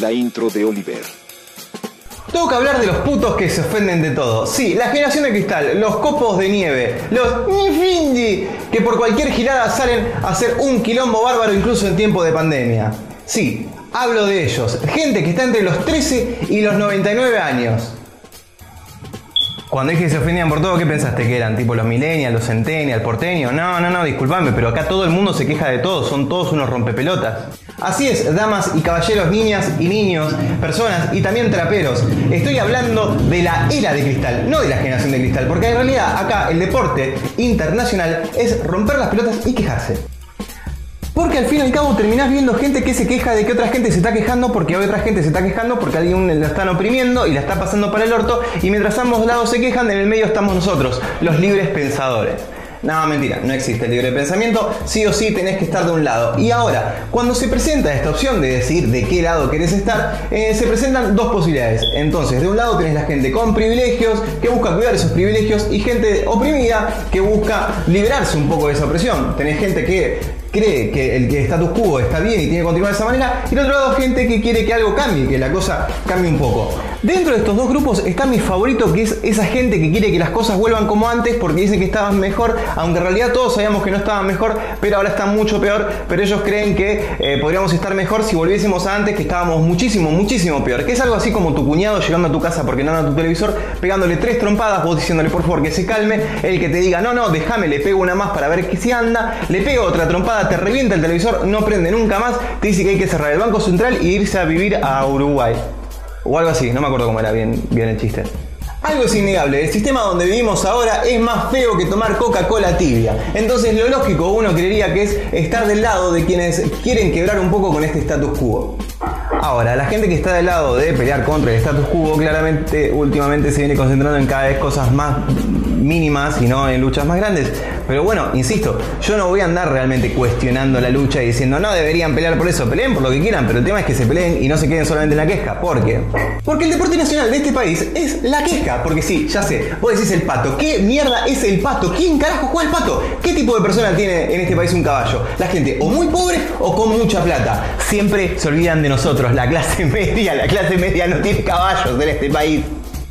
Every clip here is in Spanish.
la intro de Oliver. Tengo que hablar de los putos que se ofenden de todo. Sí, la generación de cristal, los copos de nieve, los nifindi, que por cualquier girada salen a hacer un quilombo bárbaro incluso en tiempo de pandemia. Sí, hablo de ellos, gente que está entre los 13 y los 99 años. Cuando dije que se ofendían por todo, ¿qué pensaste que eran? ¿Tipo los millennials, los centennials, porteños? No, no, no, disculpame, pero acá todo el mundo se queja de todo, son todos unos rompepelotas. Así es, damas y caballeros, niñas y niños, personas y también traperos. Estoy hablando de la era de cristal, no de la generación de cristal, porque en realidad acá el deporte internacional es romper las pelotas y quejarse. Porque al fin y al cabo terminás viendo gente que se queja de que otra gente se está quejando porque otra gente se está quejando porque alguien la están oprimiendo y la está pasando para el orto y mientras ambos lados se quejan, en el medio estamos nosotros, los libres pensadores. No, mentira, no existe el libre pensamiento, sí o sí tenés que estar de un lado. Y ahora, cuando se presenta esta opción de decir de qué lado querés estar, eh, se presentan dos posibilidades. Entonces, de un lado tenés la gente con privilegios, que busca cuidar esos privilegios, y gente oprimida, que busca liberarse un poco de esa opresión. Tenés gente que cree que el que status quo está bien y tiene que continuar de esa manera, y del otro lado gente que quiere que algo cambie, que la cosa cambie un poco. Dentro de estos dos grupos está mi favorito, que es esa gente que quiere que las cosas vuelvan como antes porque dice que estaban mejor, aunque en realidad todos sabíamos que no estaban mejor, pero ahora están mucho peor, pero ellos creen que eh, podríamos estar mejor si volviésemos a antes, que estábamos muchísimo, muchísimo peor. Que es algo así como tu cuñado llegando a tu casa porque no anda tu televisor, pegándole tres trompadas, vos diciéndole por favor que se calme, el que te diga, no, no, déjame, le pego una más para ver que si anda, le pego otra trompada te revienta el televisor, no prende nunca más, te dice que hay que cerrar el Banco Central y irse a vivir a Uruguay. O algo así, no me acuerdo cómo era bien, bien el chiste. Algo es innegable, el sistema donde vivimos ahora es más feo que tomar Coca-Cola tibia. Entonces lo lógico uno creería que es estar del lado de quienes quieren quebrar un poco con este status quo. Ahora, la gente que está del lado de pelear contra el status quo claramente últimamente se viene concentrando en cada vez cosas más mínimas y no en luchas más grandes. Pero bueno, insisto, yo no voy a andar realmente cuestionando la lucha y diciendo no deberían pelear por eso, peleen por lo que quieran, pero el tema es que se peleen y no se queden solamente en la queja. ¿Por qué? Porque el deporte nacional de este país es la queja. Porque sí, ya sé, vos decís el pato. ¿Qué mierda es el pato? ¿Quién carajo juega el pato? ¿Qué tipo de persona tiene en este país un caballo? La gente o muy pobre o con mucha plata. Siempre se olvidan de nosotros, la clase media. La clase media no tiene caballos en este país.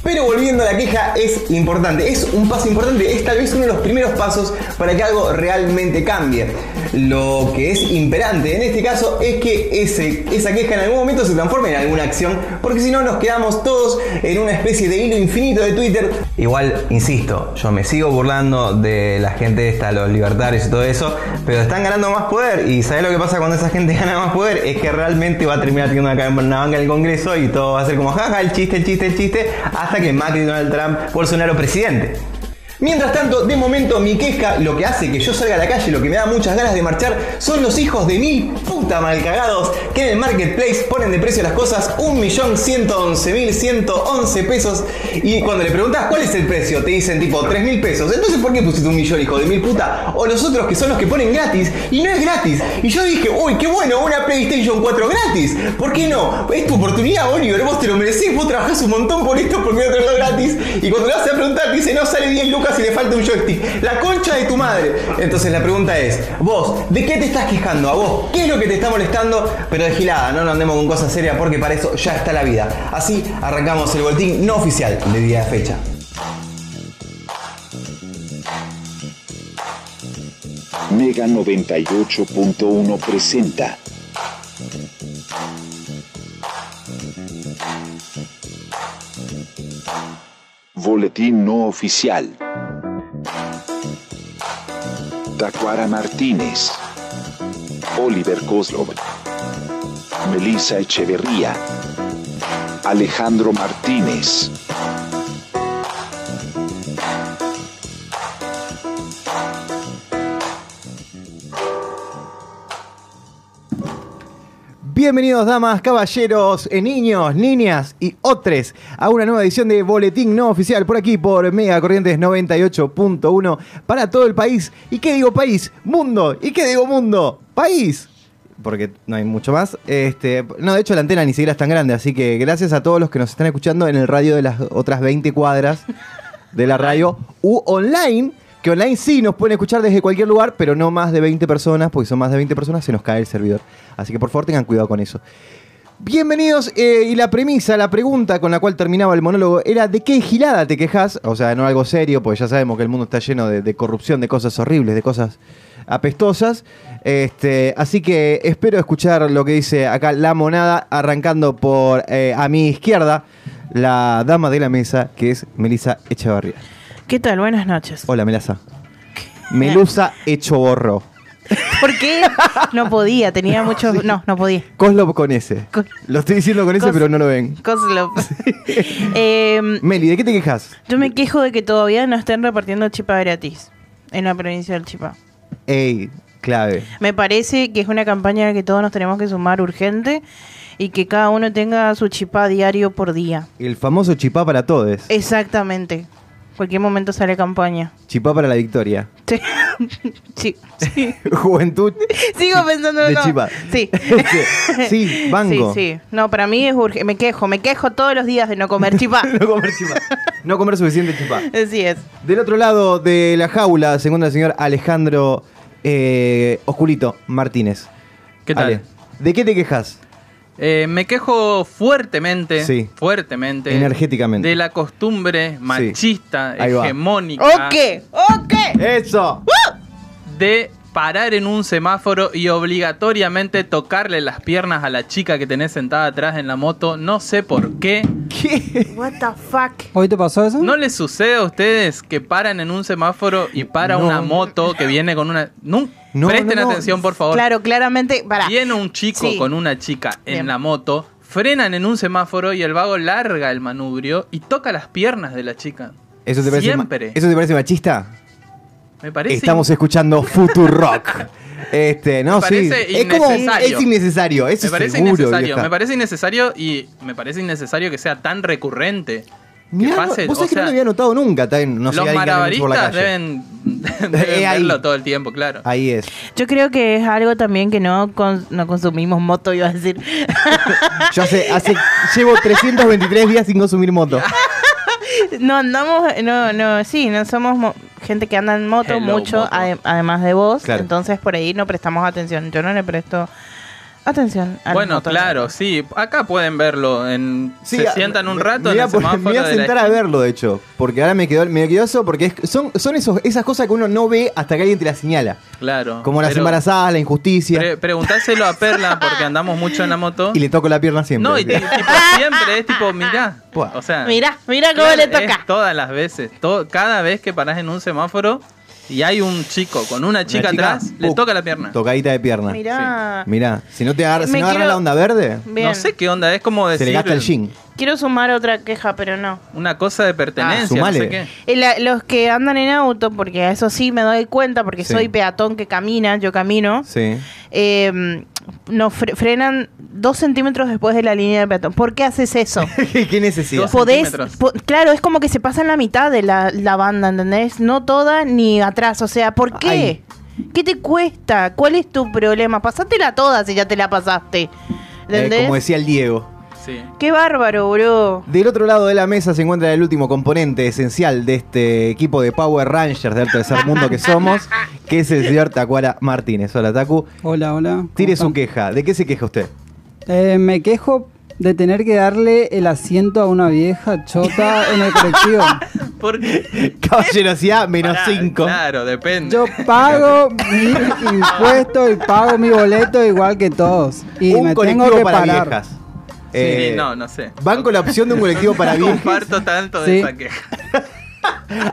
Pero volviendo a la queja, es importante, es un paso importante, es tal vez uno de los primeros pasos para que algo realmente cambie. Lo que es imperante en este caso es que ese- esa queja en algún momento se transforme en alguna acción, porque si no nos quedamos todos en una especie de hilo infinito de Twitter. Igual, insisto, yo me sigo burlando de la gente esta, los libertarios y todo eso, pero están ganando más poder y ¿sabés lo que pasa cuando esa gente gana más poder? Es que realmente va a terminar teniendo una banca en el Congreso y todo va a ser como jaja, el chiste, el chiste, el chiste, hasta que Macri, Donald Trump, Bolsonaro presidente. Mientras tanto, de momento mi queja, lo que hace que yo salga a la calle, lo que me da muchas ganas de marchar, son los hijos de mil puta malcagados que en el marketplace ponen de precio las cosas 1.111.111 pesos y cuando le preguntas cuál es el precio, te dicen tipo 3.000 pesos. Entonces, ¿por qué pusiste un millón, hijo de mil puta? O los otros que son los que ponen gratis y no es gratis. Y yo dije, uy, qué bueno, una PlayStation 4 gratis. ¿Por qué no? Es tu oportunidad, Oliver, vos te lo merecés, vos trabajás un montón por esto porque no te lo dan gratis. Y cuando le vas a preguntar, te dice, no sale 10 lucas y le falta un joystick. La concha de tu madre. Entonces la pregunta es, vos, ¿de qué te estás quejando? ¿A vos? ¿Qué es lo que te está molestando? Pero de gilada, no nos andemos con cosas serias porque para eso ya está la vida. Así arrancamos el boletín no oficial de día de fecha. Mega 98.1 presenta Boletín no oficial. Tacuara Martínez. Oliver Kozlov. Melissa Echeverría. Alejandro Martínez. Bienvenidos damas, caballeros, eh, niños, niñas y otros a una nueva edición de Boletín No Oficial por aquí por Mega Corrientes 98.1 para todo el país. ¿Y qué digo país? Mundo. ¿Y qué digo mundo? País. Porque no hay mucho más. Este, no, de hecho la antena ni siquiera es tan grande, así que gracias a todos los que nos están escuchando en el radio de las otras 20 cuadras de la radio u online, que online sí nos pueden escuchar desde cualquier lugar, pero no más de 20 personas, porque son más de 20 personas se nos cae el servidor. Así que por favor tengan cuidado con eso. Bienvenidos, eh, y la premisa, la pregunta con la cual terminaba el monólogo era ¿de qué gilada te quejas? O sea, no algo serio, porque ya sabemos que el mundo está lleno de, de corrupción, de cosas horribles, de cosas apestosas. Este, así que espero escuchar lo que dice acá la monada, arrancando por eh, a mi izquierda, la dama de la mesa, que es Melisa Echevarría. ¿Qué tal? Buenas noches. Hola, Melasa. Melusa Echoborro. ¿Por qué? No podía, tenía muchos... No, no podía. Coslop con ese. Cos- Lo estoy diciendo con ese, Cos- pero no lo ven. Coslop. Em, Meli, ¿de qué te quejas? yo me quejo de que todavía no estén repartiendo chipa gratis en la provincia del Chipá. Ey, clave. Me parece que es una campaña a la que todos nos tenemos que sumar urgente y que cada uno tenga su chipá diario por día. El famoso chipá para todos. Exactamente. Cualquier momento sale campaña. Chipá para la victoria. Sí. Sí. Sí. Juventud Sigo pensando de no. chipá. Sí. sí, banco. Sí, sí. No, para mí es urgente. Me quejo, me quejo todos los días de no comer chipá. No comer chipá. No comer suficiente chipá. Así es. Del otro lado de la jaula se encuentra el señor Alejandro eh, Osculito Martínez. ¿Qué tal? Ale, ¿De qué te quejas? Eh, me quejo fuertemente, Sí. fuertemente, Energéticamente. de la costumbre machista, Ahí va. hegemónica, Ok, ok. ¡Eso! de parar en un semáforo y obligatoriamente tocarle las piernas a la chica que tenés sentada atrás en la moto. No sé por qué. ¿Qué? What the fuck. ¿Hoy te pasó eso? ¿No les sucede a ustedes que paran en un semáforo y para No. una moto que viene con una... No, No, presten no, no. atención, por favor. Claro, claramente. Para. Viene un chico Sí. con una chica en Bien. la moto, frenan en un semáforo y el vago larga el manubrio y toca las piernas de la chica. ¿Eso te parece, ma- Siempre. ¿Eso te parece machista? Me parece. Estamos escuchando Futurock. Este, no, Me sí. parece Es como. innecesario. Es innecesario, eso me parece seguro, innecesario. vieja. Me parece innecesario y me parece innecesario que sea tan recurrente. Que Mirá, pase. vos o sabés que no sea, lo había notado nunca. tal, no sé, los alguien que ande mucho por la malabaristas calle. deben, deben Eh, Ah, ahí. verlo todo el tiempo, claro. Ahí es. Yo creo que es algo también que no, cons- no consumimos moto, iba a decir. Yo hace, hace- llevo 323 días sin consumir moto. No andamos, no, no, sí, no somos mo- gente que anda en moto Hello, mucho, moto. ade- además de vos. Claro. Entonces por ahí no prestamos atención. Yo no le presto atención a las Bueno, motos. claro, sí. Acá pueden verlo. En, Sí, se a- sientan un me- rato me en voy a el poner- semáforo. Me voy a de la sentar a verlo, de hecho. Porque ahora me quedó, me quedó eso porque es- son, son esos, esas cosas que uno no ve hasta que alguien te las señala. esquina. Claro. Como las pero embarazadas, la injusticia. pre- preguntáselo a Perla porque andamos mucho en la moto. y le toco la pierna siempre. no, y t- tipo, siempre es tipo, mirá. Buah. O sea, Mirá, mirá cómo Claro, le es toca. todas las veces. to- cada vez que parás en un semáforo y hay un chico con una chica, atrás, le puf, toca la pierna. Tocadita de pierna. Mirá, Mirá. si no te agarra, si Me no agarra quiero- la onda verde, Bien. No sé qué onda, es como se decir le gasta el jean. Quiero sumar otra queja, pero no. una cosa de Ah, pertenencia, no sumale. sé qué. Eh, la- los que andan en auto, porque a eso sí me doy cuenta, porque Sí. soy peatón que camina, yo camino, Sí. eh, no fre- frenan dos centímetros después de la línea de peatón. ¿Por qué haces eso? ¿Qué necesidad? Dos Podés, centímetros. po- claro, es como que se pasa en la mitad de la, la banda, ¿entendés? No toda ni atrás, o sea, ¿por qué? Ay. ¿Qué te cuesta? ¿Cuál es tu problema? Pasátela toda si ya te la pasaste. Eh, ¿Entendés? como decía el Diego. Sí. Qué bárbaro, bro. Del otro lado de la mesa se encuentra el último componente esencial de este equipo de Power Rangers del tercer mundo que somos, que es el señor Tacuara Martínez. Hola, Tacu. Hola, hola. ¿Cómo Tire están? su queja. ¿De qué se queja usted? Eh, me quejo de tener que darle el asiento a una vieja chota en el colectivo. Porque. Caballerosidad menos Pará, 5. Claro, depende. Yo pago mi impuesto y pago mi boleto igual que todos. Y Un me colectivo tengo que para parar. viejas. Sí, Eh, no, no sé. Van con la opción de un colectivo para No viejas. comparto tanto de Sí. esa queja.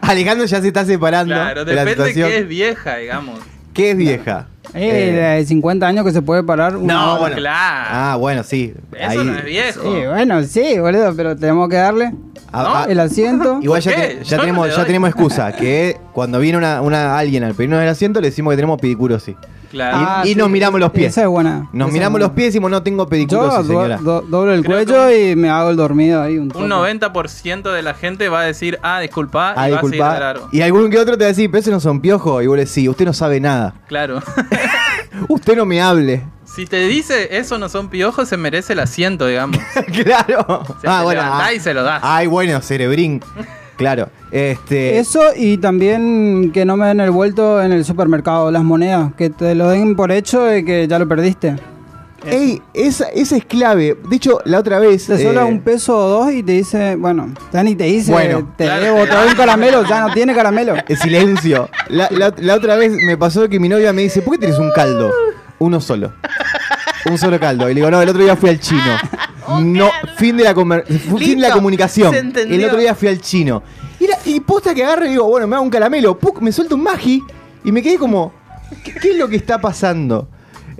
Alejandro ya se está separando Claro, de la depende de situación. qué es vieja, digamos. ¿Qué es vieja? Eh, la de 50 años que se puede parar. una No, hora. bueno. Claro. Ah, bueno, sí. Eso Ahí- no es viejo. Sí, bueno, sí, boludo, pero tenemos que darle Ah, ¿No? ah, el asiento. Igual ya, ¿Por qué? te- Yo ya, no tenemos, le ya doy. tenemos excusa, que cuando viene una, una- alguien al pedirnos el asiento le decimos que tenemos pedicurosis. Claro. Ah, y nos miramos los pies. Esa es buena. esa Nos es miramos buena. los pies y decimos no tengo Yo pedicurosis, do- señora. do- doblo el Creo que cuello y me hago el dormido ahí. Un, Un toque. 90% de la gente va a decir, ah, disculpa, Ah, y va a seguir disculpa. largo. Y algún que otro te va a decir, pero ese no son piojos. Y vos le decís, usted no sabe nada. Claro. Usted no me hable. Si te dice eso no son piojos, se merece el asiento, digamos. claro. Ah, te levantás y se lo das. Ay, bueno, cerebrín. Claro. Este. Eso y también que no me den el vuelto en el supermercado, las monedas, que te lo den por hecho de que ya lo perdiste. Ey, esa, esa es clave. De hecho, la otra vez. Te sobra eh, un peso o dos y te dice, bueno, ya ni te dice, Bueno. te Claro. debo otra vez un caramelo, ya no tiene caramelo. El Eh, silencio. La, la- la otra vez me pasó que mi novia me dice, ¿por qué tienes un caldo? Uno solo. Un solo caldo. Y le digo, no, el otro día fui al chino. No, fin de la, conver- fu- fin de la Ah, Listo, comunicación. se entendió. El otro día fui al chino. Y, la- y posta que agarro y digo, bueno, me hago un caramelo. Puc, me suelto un magi. Y me quedé como, ¿qué es lo que está pasando?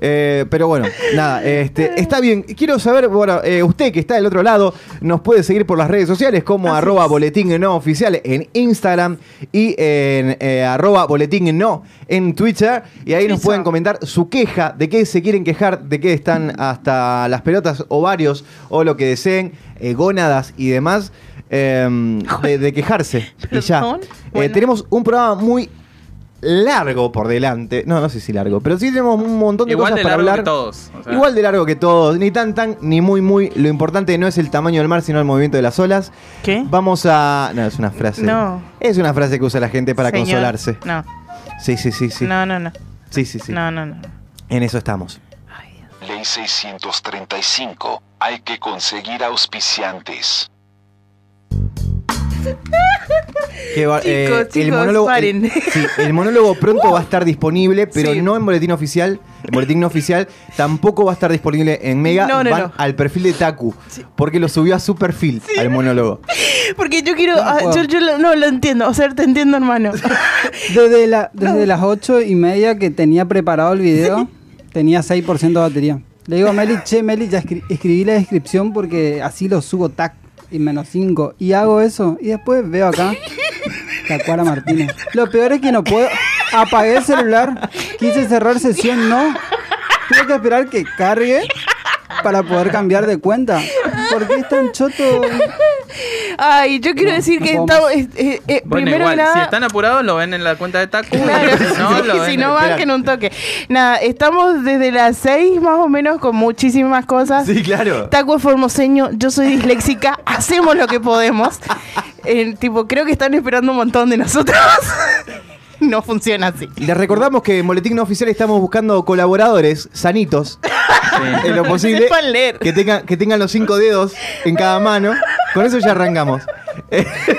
Eh, pero bueno, nada, este, está bien. Quiero saber, bueno, eh, usted que está del otro lado, nos puede seguir por las redes sociales como arroba boletín no oficial en Instagram y en eh, arroba boletín no en Twitter. Y ahí nos Twitter. pueden comentar su queja, de qué se quieren quejar, de qué están hasta las pelotas, ovarios o lo que deseen, eh, gónadas y demás, eh, de, de quejarse. y ya. Perdón. Eh, Bueno. tenemos un programa muy largo por delante. No, no sé si largo, pero sí tenemos un montón de Igual cosas de para largo hablar. que todos. o sea. Igual de largo que todos, ni tan tan, ni muy muy. Lo importante no es el tamaño del mar, sino el movimiento de las olas. ¿Qué? Vamos a. No, es una frase. ¿Eh? No. Es una frase que usa la gente para Señor. consolarse. No, Sí, sí, sí, sí. no, no, no. Sí, sí, sí. No, no, no. En eso estamos. Ay, Dios. Ley 635. Hay que conseguir auspiciantes. Que va- eh, Chicos, el chicos, monólogo, paren. el- sí, el monólogo pronto va a estar disponible, pero Sí. no en boletín oficial. El boletín no oficial tampoco va a estar disponible en Mega. No, no, Van no. al perfil de Taku, porque lo subió a su perfil al monólogo. Porque yo quiero. No ah, puedo. yo, yo lo- no lo entiendo. O sea, te entiendo, hermano. Desde, la, desde las ocho y media que tenía preparado el video, tenía 6% de batería. Le digo a Meli, che, Meli, ya escri- escribí la descripción porque así lo subo tac y menos 5. Y hago eso. Y después veo acá Tacuara Martínez. Lo peor es que no puedo. Apagué el celular, quise cerrar sesión, no. Tuve que esperar que cargue para poder cambiar de cuenta. Porque es tan choto. Ay, yo quiero decir que no estamos. eh, eh, eh, Bueno, primero igual, que nada. si están apurados, lo ven en la cuenta de Taku. Claro, y si no, sí, lo ven si en- no espera. bajen un toque. Nada, estamos desde las 6 más o menos con muchísimas cosas. Sí, claro. Taco es formoseño, yo soy disléxica, hacemos lo que podemos. Eh, tipo, creo que están esperando un montón de nosotros. no funciona así. Les recordamos que en Boletín No Oficial estamos buscando colaboradores sanitos, en lo posible, Sepan leer. que tengan, que tengan los cinco dedos en cada mano. Con eso ya arrancamos.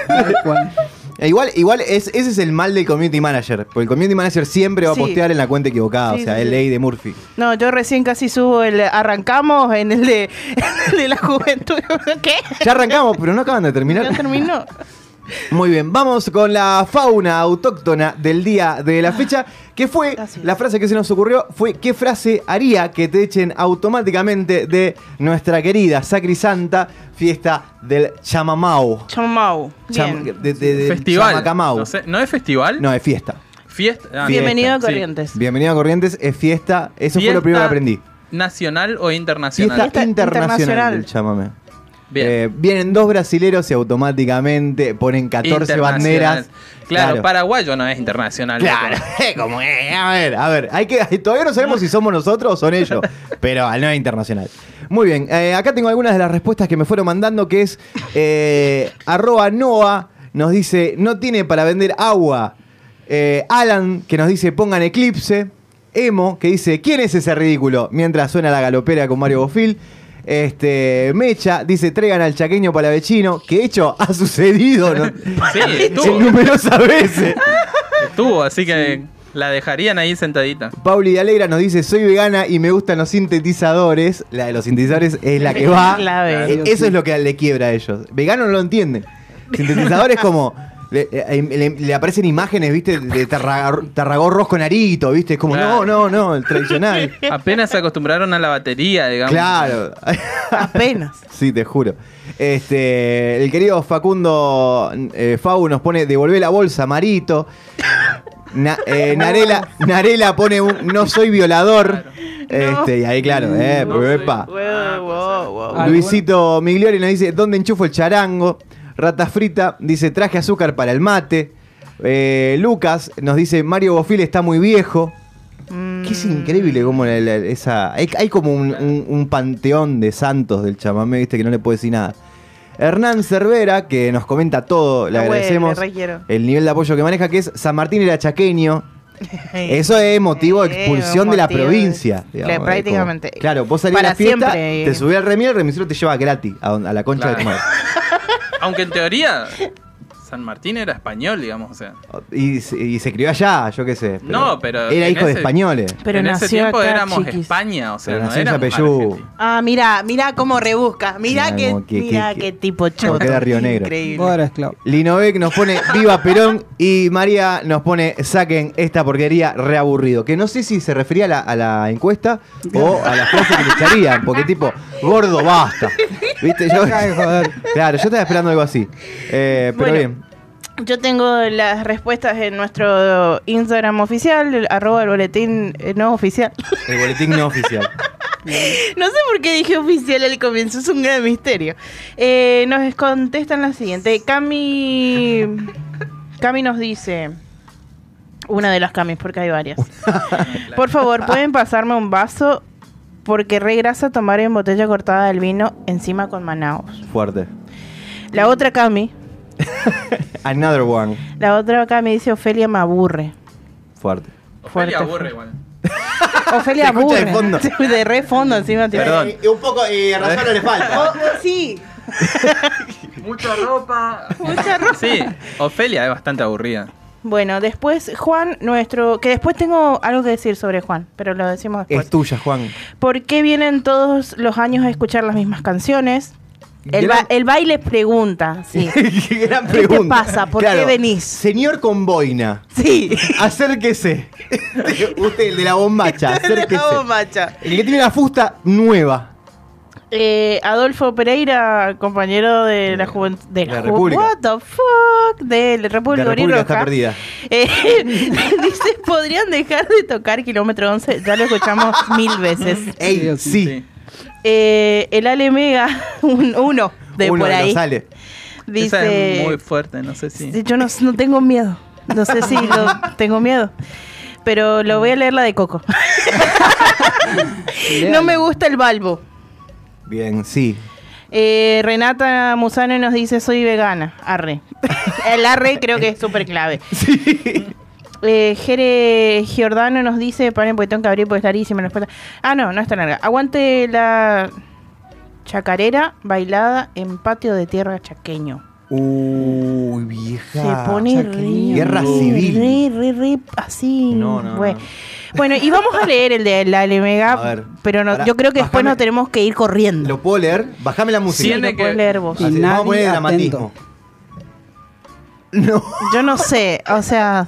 tal cual. E Igual, igual es, ese es el mal del community manager. Porque el community manager siempre va Sí. a postear en la cuenta equivocada. Sí, o sea, sí, es sí. ley de Murphy. No, yo recién casi subo el arrancamos en el de, el de la juventud. ¿Qué? Ya arrancamos, pero no acaban de ¿Ya terminar. terminó? Muy bien, vamos con la fauna autóctona del día de la fecha. Que fue, Ah, Gracias. la frase que se nos ocurrió fue: ¿Qué frase haría que te echen automáticamente de nuestra querida sacrisanta fiesta del Chamamau? Chamau. Cham- Bien. de- de- de- Festival. Chamacamau. No, sé, ¿no es festival? No, es fiesta. Fiesta. ah, Bienvenido a fiesta, sí. Corrientes. Bienvenido a Corrientes, es fiesta. Eso fue lo Fiesta primero que aprendí. ¿Nacional o internacional? Fiesta, eh, Fiesta internacional, internacional. del chamamé. Bien. Eh, vienen dos brasileros y automáticamente ponen 14 Internacional. banderas. Claro, paraguayo no es internacional. Claro, loco. como es. A ver, a ver, hay que, todavía no sabemos si somos nosotros o son ellos, pero al no es internacional. Muy bien, eh, acá tengo algunas de las respuestas que me fueron mandando, que es eh, arroba Noah nos dice, no tiene para vender agua. Eh, Alan, que nos dice, pongan eclipse. Emo, que dice, ¿quién es ese ridículo? Mientras suena la galopera con Mario Bofil. Este, Mecha dice, traigan al chaqueño palavecino, que de hecho ha sucedido ¿no? Sí, estuvo, numerosas veces. estuvo, así que la dejarían ahí sentadita. Pauli de Alegra nos dice, soy vegana y me gustan los sintetizadores. La de los sintetizadores es la que va. Clave. Eh, Eso es lo que le quiebra a ellos. Vegano no lo entienden. Sintetizadores como... Le, eh, le- le aparecen imágenes, viste, de tarra- tarragorros con arito, viste. Es como, Claro. no, no, no, el tradicional. Apenas se acostumbraron a la batería, digamos. claro. Apenas. Sí, te juro. Este, el querido Facundo eh, Fau nos pone devolver la bolsa, Marito. Na- eh, Narela, Narela pone un no soy violador. Este, y ahí claro, eh, porque, epa. Wow, wow, wow. Ah, Luisito Migliori nos dice, ¿dónde enchufo el charango? Rata Frita dice, traje azúcar para el mate. Eh, Lucas nos dice, Mario Bofil está muy viejo. Mm. Que es increíble como la- la- esa... Hay, hay como un, un- un panteón de santos del chamamé, viste, que no le puede decir nada. Hernán Cervera, que nos comenta todo, le Ah, bueno, agradecemos re quiero. el nivel de apoyo que maneja, que es San Martín era chaqueño. Eso es motivo de Eh, expulsión un de la motivo. provincia. Claro, digamos, es como- prácticamente. claro, vos salís a Para la fiesta, siempre. te subís al remisero, el remisero te lleva gratis a, a la concha de tu Claro. madre. Aunque en teoría San Martín era español, digamos, o sea. Y, se- y se crió allá, yo qué sé. No, pero Era en hijo de ese- españoles. Pero en ese nació tiempo acá, éramos chiquis. España, o sea, Pero no nació en éramos Zapellú. Argentina. Ah, mira, mira cómo rebusca. Mira Mirá qué, cómo que- mirá que- qué tipo cómo choto. queda Río Negro. Increíble. Vos eres Clau. Linovec nos pone viva Perón y María nos pone saquen esta porquería reaburrido. Que no sé si se refería a la, a la encuesta o a las frases que le echarían, porque tipo, gordo, basta. ¿Viste? Yo, Ay, joder. claro, yo estaba esperando algo así. Eh, pero Bueno. bien. Yo tengo las respuestas en nuestro Instagram oficial, el arroba el boletín eh, no oficial. El boletín no oficial. No sé por qué dije oficial al comienzo, es un gran misterio. Eh, nos contestan la siguiente. Cami. Cami nos dice. Una de las camis, porque hay varias. Por favor, ¿pueden pasarme un vaso? Porque regrasa tomar en botella cortada del vino encima con manaos. Fuerte. La otra Cami, Another one. la otra Cami dice Ofelia me aburre. Fuerte. Fuerte. Ofelia aburre igual. Ofelia Se escucha aburre. de fondo. Sí, de re fondo encima. tipo. Perdón. Eh, un poco, y razón no le Oh, sí, Mucha ropa. mucha ropa. Sí, Ofelia es bastante aburrida. Bueno, después Juan, nuestro... Que después tengo algo que decir sobre Juan, pero lo decimos después. Es tuya, Juan. ¿Por qué vienen todos los años a escuchar las mismas canciones? El, Gran- ba- el baile pregunta, sí. Qué gran ¿Qué te pasa? ¿Por qué venís? Señor con boina. sí. Acérquese. Usted, el de la bombacha, acérquese. Bravo, macha. El que tiene la fusta nueva. Eh, Adolfo Pereira, compañero de la juventud... De la, la ju- República. What the fuck? De la República, La República está Roja. perdida. Eh, dice, ¿podrían dejar de tocar Kilómetro 11? Ya lo escuchamos mil veces. Ey, Dios, sí. Eh, el Ale Mega, un- uno de Uno por no ahí, sale. Esa es muy dice... fuerte, no sé si. Yo no, no tengo miedo. No sé si lo- tengo miedo. Pero lo voy a leer la de Coco. no me gusta el balbo. Bien, sí. Eh, Renata Musano nos dice soy vegana. Arre. El arre creo que es súper clave. Eh, Jere Giordano nos dice, paren porque tengo que abrir porque es larguísima la respuesta. Ah, no, no está larga. Aguante la chacarera bailada en patio de tierra chaqueño. Uy, vieja. Se pone re, Guerra re, civil. Re, re, re, así. No, no, güey. no. Bueno, y vamos a leer el de la A ver, LMG, pero no- pará, yo creo que después bájame. nos tenemos que ir corriendo. ¿Lo puedo leer? Bájame la música. Tiene Lo que- podés leer vos. Así, Y vamos a nadie poner el atento. dramatismo. No. Yo no sé, o sea,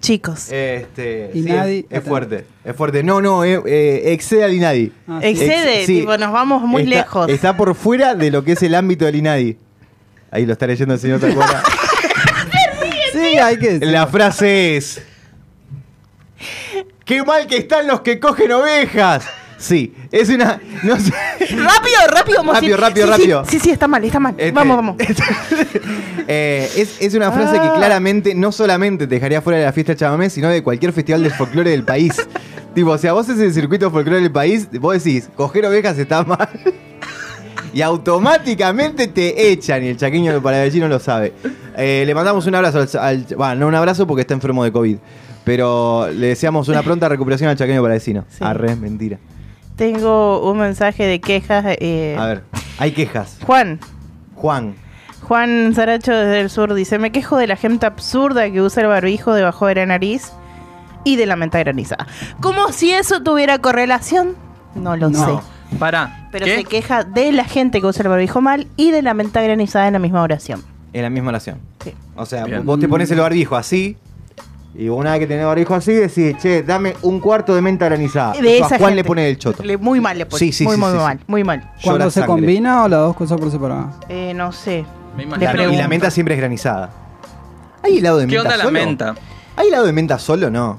chicos. Este, Y sí, nadie- es, es fuerte, es fuerte. No, no, eh, eh, excede al INADI. Ah, sí. Excede, Ex- sí. tipo, nos vamos muy Está- lejos. Está por fuera de lo que es el ámbito del INADI. Ahí lo está leyendo el señor Tacuara. Sí, hay que decir. La frase es: ¡Qué mal que están los que cogen ovejas! Sí, es una. No sé. Rápido, rápido, vamos a ir- Rápido, rápido, sí, rápido. Sí, sí, sí, está mal, está mal. Este, Vamos, vamos. eh, es, es una frase Ah. que claramente no solamente te dejaría fuera de la fiesta de chamamé, sino de cualquier festival de folclore del país. tipo, o sea, vos es el circuito folclore del país, vos decís, coger ovejas está mal. y automáticamente te echan, y el chaqueño de Paravellino lo sabe. Eh, le mandamos un abrazo al. al- bueno, no un abrazo porque está enfermo de COVID. Pero le deseamos una pronta recuperación al chaqueño paradesino. Sí. Arre, mentira. Tengo un mensaje de quejas. eh, A ver, hay quejas. Juan, Juan. Juan Saracho desde el sur dice, me quejo de la gente absurda que usa el barbijo debajo de la nariz y de la menta granizada. Como si eso tuviera correlación, no lo No. sé. Pará. Pero ¿qué? se queja de la gente que usa el barbijo mal y de la menta granizada en la misma oración. En la misma oración. Sí. O sea, Bien. vos te pones el barbijo así. Y una vez que tenés el barbijo así, decís, che, dame un cuarto de menta granizada. De Y Ah, a esa Juan gente. le pone el choto. Le- muy mal le pone. Sí, sí, muy, sí, muy, sí, muy sí. mal. Muy mal. ¿Cuando Llora se sangre. combina o las dos cosas por separado? Eh, no sé. Le Me imagino. La- y pregunto. la menta siempre es granizada. ¿Hay helado de ¿Qué menta onda la solo? menta? ¿Hay helado de menta solo? No.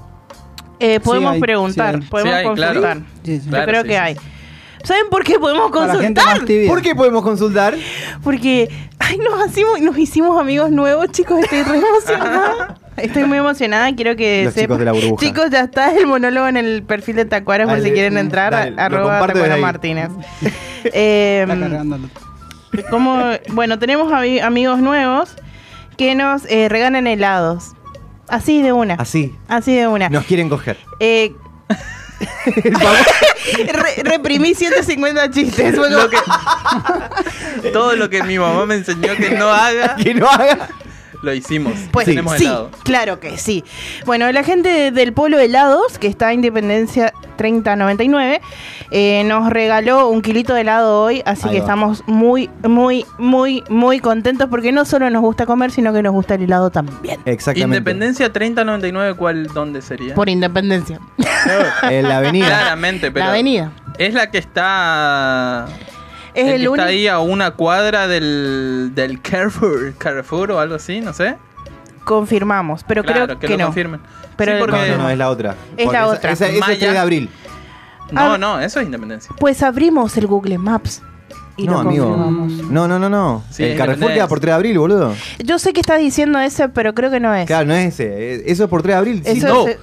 Eh, podemos Sí hay, preguntar, sí hay. podemos Sí hay, claro. consultar. Sí, sí. Yo Claro, creo sí, que sí, hay. sí. ¿Saben por qué podemos Para la gente más consultar? tibia. ¿Por qué podemos consultar? Porque ay, nos, hacimos, nos hicimos amigos nuevos, chicos. Estoy re emocionada. Estoy muy emocionada. Quiero que Los sepan- chicos de la burbuja. Chicos, ya está el monólogo en el perfil de Tacuara por Dale, si quieren entrar. dale, lo arroba comparto desde Tacuara ahí. Martínez. Eh, Está cargándolo. como, bueno, tenemos ami- amigos nuevos que nos eh, regalan helados. Así de una. Así. Así de una. Nos quieren coger. Eh, Re- reprimí 150 chistes. fue como- Lo que- todo lo que mi mamá me enseñó que no haga, Que no haga. lo hicimos. Pues sí, Tenemos helado. claro que sí. Bueno, la gente de- del Polo Helados, que está a Independencia 3099, eh, nos regaló un kilito de helado hoy, así Ahí que va. estamos muy, muy, muy, muy contentos porque no solo nos gusta comer, sino que nos gusta el helado también. Exactamente. Independencia 3099, ¿cuál dónde sería? Por Independencia. En la avenida. Claramente, Pues pero la avenida. es la que está Es el el, que único. está ahí a una cuadra del, del Carrefour, Carrefour o algo así, no sé. Confirmamos, pero claro, creo que, que, lo no. confirmen. Pero Sí, el- porque- No, no, no, es la otra. Porque Es la esa- otra. Esa, esa es Maya. 3 de abril. no, Ah. no, eso es independencia. Pues abrimos el Google Maps y no, lo amigo. confirmamos. No, no, no, no. Sí, el Carrefour Independencia. queda por 3 de abril, boludo. Yo sé que estás diciendo ese, pero creo que no es. Claro, no es ese. es- Eso es por 3 de abril. sí. Eso no. es-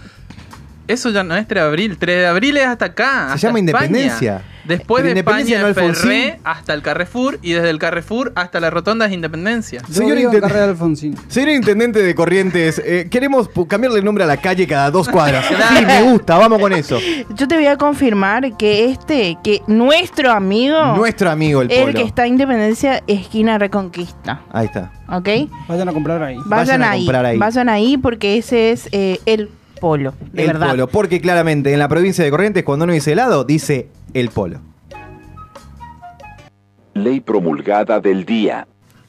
Eso ya no es 3 de abril. 3 de abril es hasta acá. Se hasta llama España. Independencia. Después Pero de Independencia España, no Alfonsín. Ferré hasta el Carrefour y desde el Carrefour hasta la Rotonda es Independencia. Yo Señor vivo en Intendente. Carrera Alfonsín. Señor intendente de Corrientes, eh, queremos pu- cambiarle el nombre a la calle cada dos cuadras. Sí, me gusta, vamos con eso. Yo te voy a confirmar que este, que nuestro amigo, Nuestro amigo el polo. el que está a Independencia, esquina Reconquista, Ahí está. ¿ok? Vayan a comprar ahí. Vayan, a ahí, comprar ahí. vayan ahí porque ese es eh, el polo, de el verdad. polo, porque claramente en la provincia de Corrientes cuando uno dice helado dice el polo. Ley promulgada del día.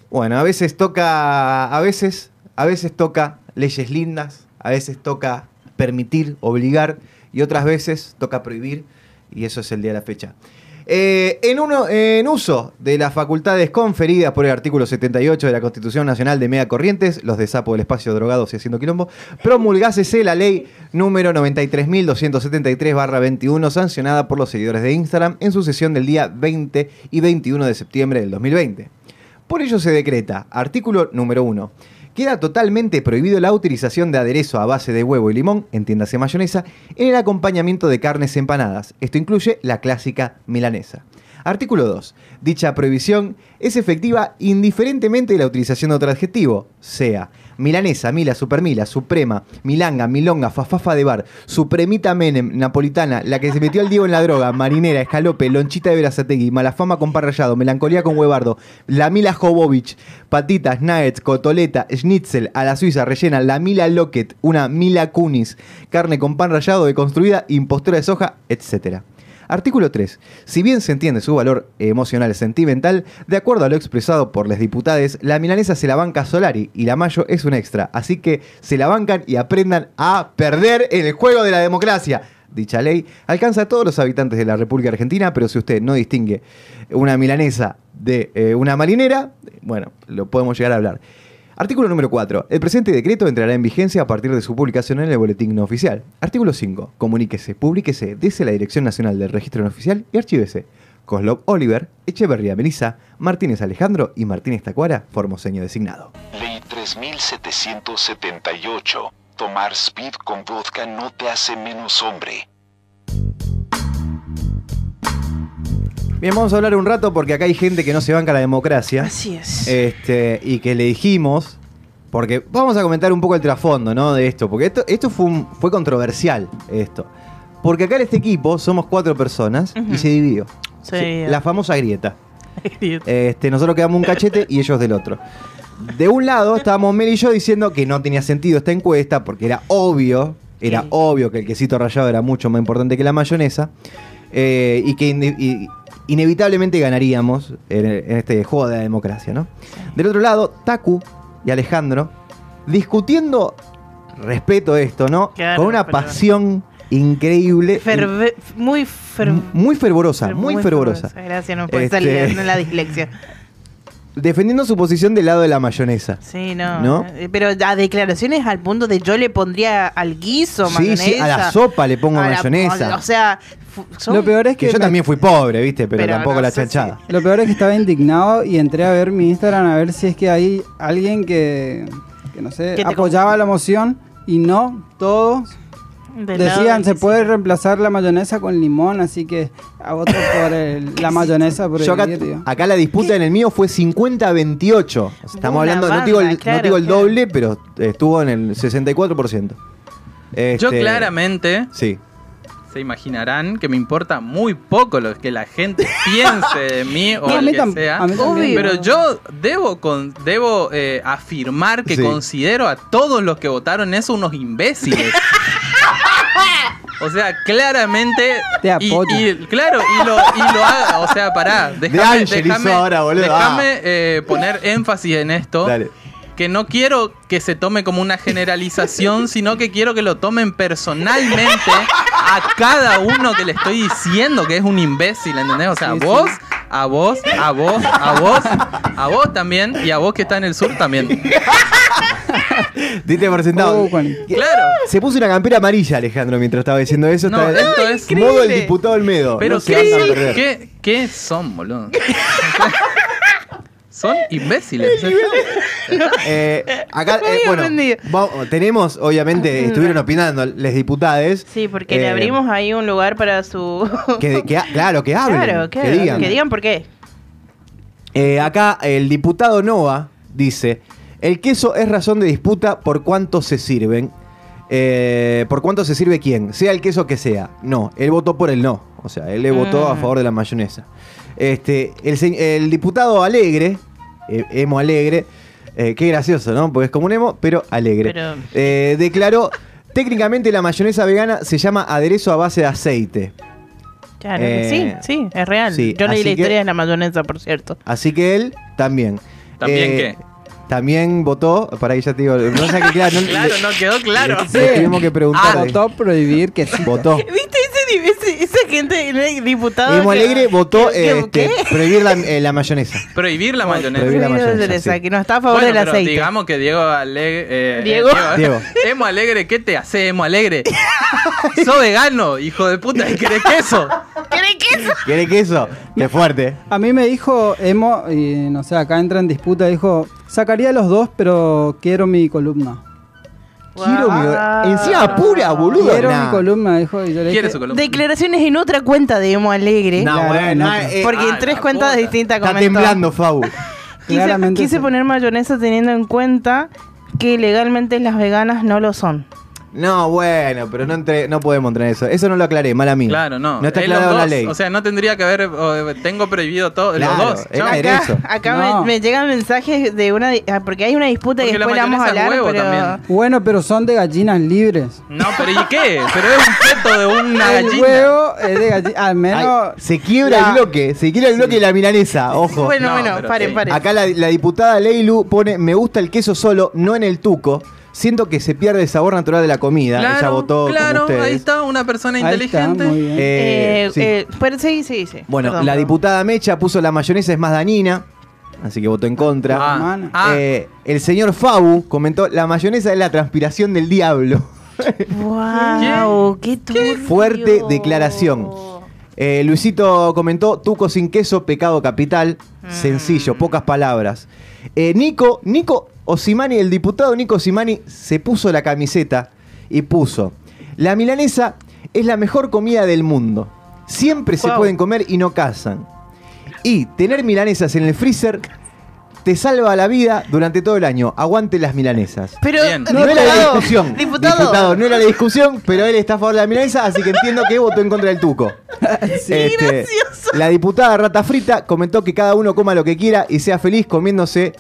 Bueno, a veces toca, a veces, a veces toca leyes lindas, a veces toca permitir, obligar y otras veces toca prohibir y eso es el día de la fecha. Eh, en, uno, en uso de las facultades conferidas por el artículo 78 de la Constitución Nacional de Mega Corrientes, los de Sapo del Espacio Drogados y Haciendo Quilombo, promulgásese la ley número 93.273-21, sancionada por los seguidores de Instagram en su sesión del día 20 y 21 de septiembre del 2020. Por ello se decreta, artículo número 1, queda totalmente prohibido la utilización de aderezo a base de huevo y limón, entiéndase mayonesa, en el acompañamiento de carnes empanadas. Esto incluye la clásica milanesa. Artículo 2. Dicha prohibición es efectiva indiferentemente de la utilización de otro adjetivo, sea milanesa, mila, supermila, suprema, milanga, milonga, fafafa de bar, supremita menem, napolitana, la que se metió al Diego en la droga, marinera, escalope, lonchita de Verazategui, malafama con parrallado, melancolía con huevardo, la mila Jovovich, patitas, nuggets, cotoleta, schnitzel, a la suiza rellena, la mila locket, una mila cunis, carne con pan rallado deconstruida, impostura de soja, etcétera. Artículo 3. Si bien se entiende su valor emocional sentimental, de acuerdo a lo expresado por las diputades, la milanesa se la banca Solari y la Mayo es un extra. Así que se la bancan y aprendan a perder en el juego de la democracia. Dicha ley alcanza a todos los habitantes de la República Argentina, pero si usted no distingue una milanesa de eh, una marinera, bueno, lo podemos llegar a hablar. Artículo número 4. El presente decreto entrará en vigencia a partir de su publicación en el boletín no oficial. Artículo 5. Comuníquese, públiquese, dese la Dirección Nacional del Registro no oficial y archívese. Coslov Oliver, Echeverría Melissa, Martínez Alejandro y Martínez Tacuara, formoseño designado. Ley 3778. Tomar speed con vodka no te hace menos hombre. Bien, vamos a hablar un rato porque acá hay gente que no se banca la democracia. Así es. Este, y que le dijimos, porque vamos a comentar un poco el trasfondo, ¿no? De esto, porque esto, esto fue, un- fue controversial, esto. Porque acá en este equipo somos cuatro personas y Ujú. se dividió. Se Sí, dividió. La famosa grieta. Este, nosotros quedamos un cachete y ellos del otro. De un lado estábamos Mel y yo diciendo que no tenía sentido esta encuesta porque era obvio, era Sí. obvio que el quesito rallado era mucho más importante que la mayonesa eh, y que ine- y- inevitablemente ganaríamos en, en este juego de la democracia, ¿no? Del otro lado, Taku y Alejandro discutiendo, respeto esto, ¿no? Claro, Con una pero- pasión increíble, Ferve- muy fer- muy fervorosa, fer- muy, fervorosa. Gracias, no puede Este- salir no, la dislexia. Defendiendo su posición del lado de la mayonesa. Sí, no. ¿No? Eh, Pero a declaraciones al punto de yo le pondría al guiso Sí, mayonesa. sí, a la sopa le pongo a la- mayonesa. o sea, fu- son- Lo peor es Que que, yo me- también fui pobre, ¿viste? Pero, Pero tampoco no la sé si- chanchada. lo peor es que estaba indignado y entré a ver mi Instagram a ver si es que hay alguien que, que no sé, Que te apoyaba la moción y no todos Del lado Decían, del se puede reemplazar la mayonesa con limón, así que a voto por el- la mayonesa por el Yo acá, vidrio. acá la disputa en el mío fue 50 a 28. O sea, Estamos Una hablando, no banda, digo, el, no claro, digo el claro. doble, pero estuvo en el 64%. Yo Este, claramente, Sí. se imaginarán que me importa muy poco lo que la gente piense de mí o No, a lo mí que tam- sea. a mí también. Pero yo debo con, debo eh, afirmar que Sí. considero a todos los que votaron eso unos imbéciles. O sea, claramente. Te y- apoyo. Y, claro, y lo, y lo haga. O sea, pará. Déjame, Angelis déjame- ahora, boludo. Ah. déjame, eh, poner énfasis en esto Dale. que no quiero que se tome como una generalización, sino que quiero que lo tomen personalmente a cada uno que le estoy diciendo que es un imbécil, ¿entendés? O sea, a Sí, sí. vos, a vos, a vos, a vos, a vos también y a vos que está en el sur también. Diste por sentado. Oh, Juan. Claro. Se puso una campera amarilla, Alejandro, mientras estaba diciendo eso. No, Está- esto es... increíble. modo el diputado Olmedo. Pero no se vayan a ¿qué, perder. qué, qué son, boludo? son imbéciles. Eh, acá, Muy eh, bueno, ofendido. vamos- tenemos, obviamente, estuvieron opinando les diputades. Sí, porque le eh, abrimos ahí un lugar para su... Que, que ha- claro, que hablen. claro, que digan. por qué. Eh, acá el diputado Nova dice: El queso es razón de disputa por cuánto se sirven. Eh, por cuánto se sirve quién, sea el queso que sea. No, él votó por el no. O sea, él le votó a Mm. favor de la mayonesa. Este, el, se- el diputado Alegre, eh, Emo Alegre, eh, qué gracioso, ¿no? Porque es como un emo, pero alegre. Pero- Eh, declaró: Técnicamente la mayonesa vegana se llama aderezo a base de aceite. Claro, Eh, sí, sí, es real. sí, Yo leí así la que- historia de la mayonesa, por cierto. Así que él también. Eh, ¿También qué? También votó, para ahí ya te digo, no sé qué, claro, no- Claro, no Ah, quedó claro. le- le tuvimos que preguntar. eh. Votó prohibir que sí. Votó. ¿Viste ese, ese- esa gente, el diputado? Emo que- Alegre votó que- que- este, ¿qué? prohibir la, eh, la mayonesa. Prohibir la mayonesa. Prohibir la Sí, mayonesa, se le sí. saque, No está a favor Bueno, del pero aceite. Digamos que Diego Alegre. eh, Diego. eh, Diego. Emo Alegre, ¿qué te hace Emo Alegre? Sos vegano, hijo de puta, ¿y querés queso? ¿Cree que eso? ¿Quiere queso? Qué fuerte. A mí me dijo Emo, y no sé, acá entra en disputa, dijo, sacaría los dos, pero quiero mi columna. Quiero mi- Encima apura, boludo. Quiero Nah. mi columna, dijo, y yo le ¿Quieres dije, su columna? Declaraciones en otra cuenta de Emo Alegre. Nah, Claro, bueno, no, eh, porque ah, en tres la cuentas puta. distintas está comentó. temblando, Fau. Quise, Claramente quise sí. poner mayonesa teniendo en cuenta que legalmente las veganas no lo son. No, bueno, pero no, entre- no podemos entrar en eso. Eso no lo aclaré, mala mía. Claro, no. No está Eh, los aclarado en la dos, ley. O sea, no tendría que haber. o, eh, tengo prohibido todo. Claro, los dos. el chao. aire. Acá, Eso. acá No. me, me llegan mensajes de una. di- ah, Porque hay una disputa que Porque la después la vamos a mayonesa es hablar. huevo pero- también. bueno, pero son de gallinas libres. No, pero ¿y qué? Pero es un feto de una El gallina. huevo es de gallina, al Ay, menos... se quiebra la- el bloque, se quiebra el bloque de la milanesa, ojo. Bueno, No, bueno, pero paren, sí. paren. Acá la, la diputada Leilu pone, me gusta el queso solo, no en el tuco. Siento que se pierde el sabor natural de la comida. Ella votó como claro, ustedes. ahí está una persona Ahí está, inteligente. muy bien. Eh, Eh, sí. eh, pero sí, sí, sí. bueno, Perdón, la perdón. diputada Mecha puso la mayonesa es más dañina, así que votó en contra. Ah, Hermano. ah, Eh, el señor Fabu comentó, la mayonesa es la transpiración del diablo. Guau, qué turbio. Fuerte declaración. Eh, Luisito comentó, tuco sin queso, pecado capital. Sencillo, pocas palabras. Eh, Nico, Nico Osimani, el diputado Nico Osimani, se puso la camiseta y puso, la milanesa es la mejor comida del mundo. Siempre se Wow. pueden comer y no cazan. Y tener milanesas en el freezer te salva la vida durante todo el año. Aguante las milanesas. Pero, Bien. No era la diputado, discusión. Diputado. no era la discusión, pero él está a favor de la milanesa, así que entiendo que votó en contra del tuco. Este, gracioso. La diputada Rata Frita comentó que cada uno coma lo que quiera y sea feliz comiéndose.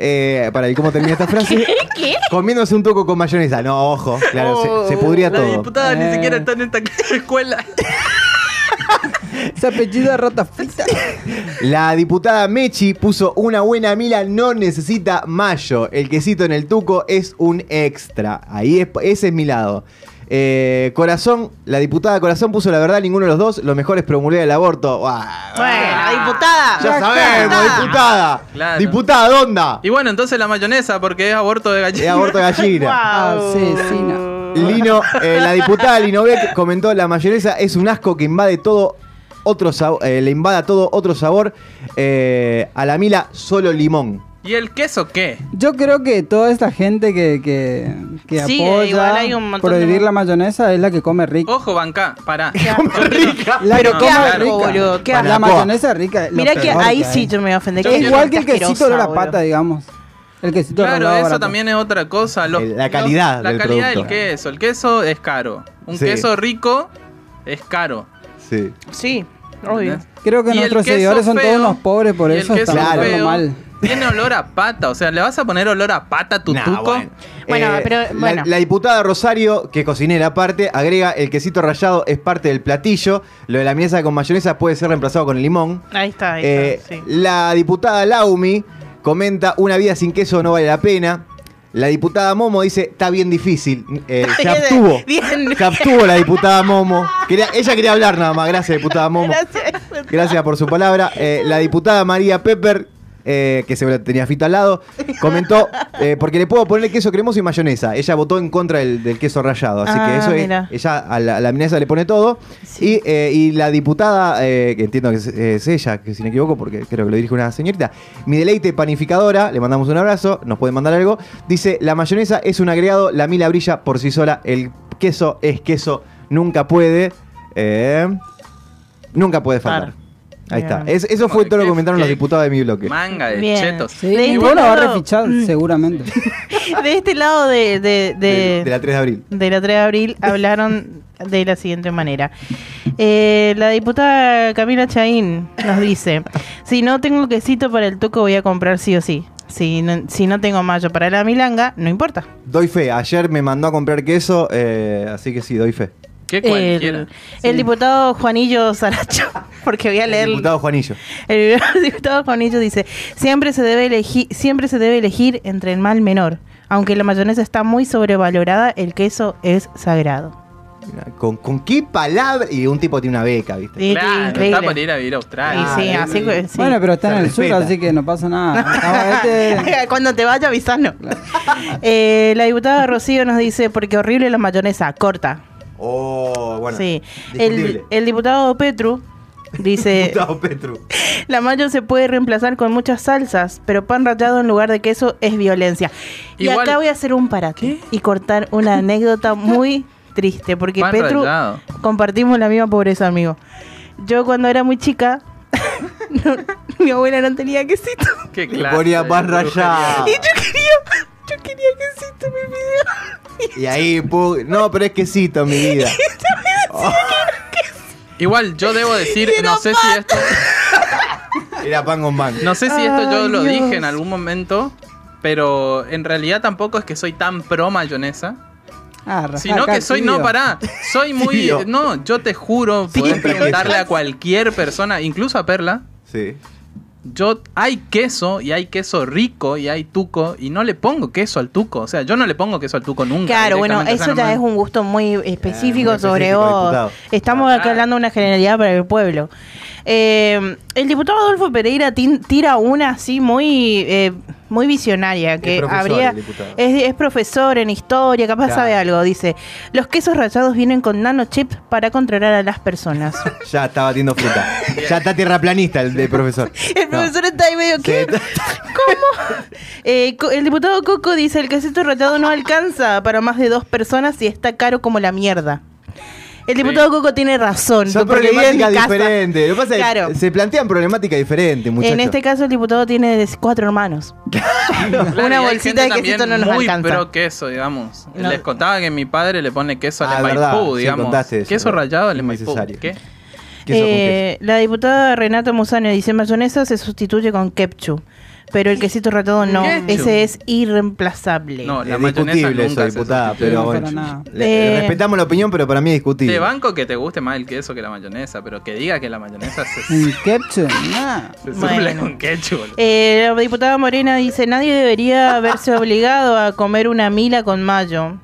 Eh, para, ¿y cómo termina esta frase? Comiéndose un tuco con mayonesa. No, ojo, claro, se, se pudría Oh, la todo. diputada ni Eh. siquiera está en esta escuela. Ese apellido de rata frita. La diputada Mechi puso una buena mila no necesita mayo. El quesito en el tuco es un extra. Ahí es, ese es mi lado. Eh, corazón, la diputada Corazón puso la verdad ninguno de los dos. Lo mejor es promulgar el aborto. Buah. Bueno, diputada. ya sabemos, diputada. Claro. Diputada, onda. Y bueno, entonces la mayonesa, porque es aborto de Es gallina. aborto de gallina. Guau. Asesina. Lino, eh, la diputada Linobec comentó la mayonesa es un asco que invade todo eh, otro sabor, le invada todo otro sabor eh, a la mila solo limón. ¿Y el queso qué? Yo creo que toda esta gente que, que, que Sí, apoya igual hay un montón de- Oh, prohibir la mayonesa es la que come rico. Ojo, banca, pará. La Pero que qué come asco, boludo, qué La asco. mayonesa es rica. es lo Mira que peor ahí hay. sí yo me voy a ofender. Yo Es Qué igual que el gente quesito de la asquerosa, pata, boludo. digamos. El quesito Claro, rolado eso barato. también es otra cosa. Los- pues. El- la los- calidad la del calidad producto. del queso. El queso es caro. Un Sí. queso rico es caro. Sí. Sí, obvio. ¿entendés? Creo que Y el nuestros queso seguidores son feo- todos unos pobres, por y el eso queso están Claro. hablando feo mal. Tiene olor a pata. O sea, ¿le vas a poner olor a pata a tu Nah, tuco? bueno. Eh, Bueno, pero, la- bueno. La, diputada Rosario, que es cocinera aparte, agrega el quesito rallado es parte del platillo. Lo de la milanesa con mayonesa puede ser reemplazado con el limón. Ahí está, ahí Eh, está. sí. La diputada Laumi comenta una vida sin queso no vale la pena. La diputada Momo dice, está bien difícil. Eh, se abstuvo. Bien. Se abstuvo la diputada Momo. Quería- ella quería hablar nada más. Gracias, diputada Momo. Gracias. Gracias por su palabra. Eh, la diputada María Pepper, eh, que se la tenía fita al lado, comentó, eh, porque le puedo poner queso cremoso y mayonesa. Ella votó en contra del, del queso rallado, así que Ah, eso es- mira. ella a la, a la milanesa le pone todo. Sí. Y, eh, y la diputada, eh, que entiendo que es, es ella, que si no me equivoco, porque creo que lo dirige una señorita, mi deleite panificadora, le mandamos un abrazo, nos pueden mandar algo, dice, la mayonesa es un agregado, la mila brilla por sí sola, el queso es queso, nunca puede. eh, Nunca puede faltar. Claro. Ahí Bien. está. Es- eso fue Bueno, todo lo que qué- comentaron los qué- diputados de mi bloque. Manga de Bien. chetos. Sí, De este y vos lo vas a lado- refichar, seguramente. De este lado de, de, de- De, de la 3 de abril. de la 3 de abril hablaron de la siguiente manera. Eh, la diputada Camila Chaín nos dice, si no tengo quesito para el tuco voy a comprar sí o sí. Si no, si no tengo mayo para la milanga, no importa. Doy fe. Ayer me mandó a comprar queso, eh, así que sí, doy fe. Que cualquiera. El, el diputado Juanillo Saracho, porque voy a leer... El diputado Juanillo. El diputado Juanillo dice, siempre se debe elegir, siempre se debe elegir entre el mal menor. Aunque la mayonesa está muy sobrevalorada, el queso es sagrado. Mirá, ¿Con, con qué palabra? Y un tipo tiene una beca, ¿viste? Sí, Claro, increíble. está para ir a vivir Y a Australia. sí, Ah, así que- sí. Bueno, pero está Se en el sur, respeta. así que no pasa nada. Ah, este- Cuando te vaya, avisanos. Eh, la diputada Rocío nos dice, porque horrible la mayonesa, corta. Oh, bueno. sí. discutible. El, este, el diputado Petru dice, Diputado Petru. la mayo se puede reemplazar con muchas salsas, pero pan rallado en lugar de queso es violencia. Y Igual- acá voy a hacer un parate y cortar una anécdota muy triste, porque Pan Petru rallado. compartimos la misma pobreza, amigo. Yo cuando era muy chica, no- mi abuela no tenía quesito. Qué Le clase ponía de más brujería. rayado. Y yo quería, yo quería quesito, mi video. Y ahí, pu- no, pero es quesito, mi vida. Igual, yo debo decir, no sé si esto. Era pan con pan. No sé si esto yo Ay, lo Dios. dije en algún momento, pero en realidad tampoco es que soy tan pro mayonesa, Ah, rajar sino acá, que soy tibio. no pará, soy muy Tibio. no, yo te juro, pueden Tibio. preguntarle a cualquier persona, incluso a Perla, Sí. yo hay queso y hay queso rico y hay tuco y no le pongo queso al tuco, o sea, yo no le pongo queso al tuco nunca. Claro, bueno, directamente, o sea, eso ya nomás- es un gusto muy específico muy sobre específico, vos. diputado. Estamos Claro. acá hablando de una generalidad para el pueblo. Eh, el diputado Adolfo Pereira tin- tira una así muy eh, muy visionaria que profesor, habría el diputado. es, es profesor en historia, capaz Claro. sabe algo. Dice, los quesos rallados vienen con nanochips para controlar a las personas. Ya está batiendo fruta. Ya está tierraplanista el, el profesor. El No. profesor está ahí medio ¿qué? ¿Cómo? Eh, co- el diputado Coco dice el quesito rallado no alcanza para más de dos personas y está caro como la mierda. El diputado Coco tiene razón. Son porque vive en mi problemáticas casa. diferentes. Lo que pasa es que Claro. se plantean problemáticas diferentes, muchachos. En este caso el diputado tiene des- cuatro hermanos. Claro, una y hay bolsita de gente quesito no también nos muy alcanza. pro queso, digamos. No. Les contaba que mi padre le pone queso al Ah, verdad, Embaipú, sí, digamos. contaste eso. queso rallado al Embaipú. Innecesario. ¿Qué? Queso con Eh, la diputada Renata Musano dice mayonesa se sustituye con ketchup. Pero el queso rallado no, Ketchup. ese es irreemplazable. No, la es mayonesa discutible eso, nunca se diputada, sustituye. pero No, bueno. para nada. Le- Eh, respetamos la opinión, pero para mí es discutible. Te banco que te guste más el queso que la mayonesa, pero que diga que la mayonesa se, Un ketchup, nah. se suple Bueno. con ketchup. boludo. Eh, la diputada Morena dice, nadie debería verse obligado a comer una mila con mayo.